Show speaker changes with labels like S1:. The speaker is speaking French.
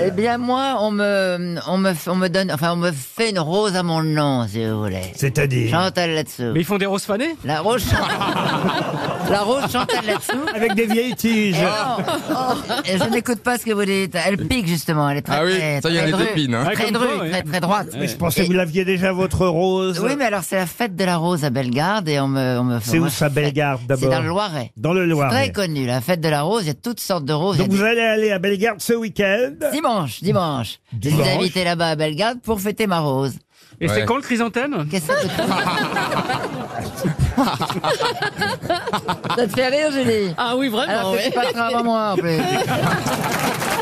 S1: Eh bien, moi, on me, on me, on me donne, enfin, on me fait une rose à mon nom, si vous voulez.
S2: C'est-à-dire
S1: Chantal là-dessous.
S3: Mais ils font des roses fanées
S1: La rose, la rose Chantal là-dessous.
S2: Avec des vieilles tiges.
S1: Oh. Et Je n'écoute pas ce que vous dites. Elle pique justement. Elle est très
S4: Ah oui,
S1: très,
S4: ça y est,
S1: très
S4: elle a
S1: drue.
S4: des épines, hein.
S3: Ouais,
S1: Très
S3: comme
S1: drue,
S3: toi, ouais.
S1: très très droite.
S2: Je pensais que vous l'aviez déjà votre rose.
S1: Oui, mais alors c'est la fête de la rose à Bellegarde et on me, on me
S2: C'est où
S1: moi,
S2: ça,
S1: je-
S2: Bellegarde
S1: C'est
S2: d'abord
S1: dans le Loiret.
S2: Dans le Loiret.
S1: Très connu, la fête de la rose. Il y a toutes sortes de roses.
S2: Donc
S1: Il y a
S2: vous allez aller à Bellegarde ce week-end.
S1: des- Dimanche, dimanche. Je vous
S2: Dimanche.
S1: invité là-bas à Bellegarde pour fêter ma rose.
S3: Et c'est
S4: Ouais.
S3: quand le chrysanthème
S1: Qu'est-ce que Ça te fait rire, Julie
S5: Ah oui, vraiment.
S1: Alors que
S5: ouais.
S1: tu passeras avant moi, en plus.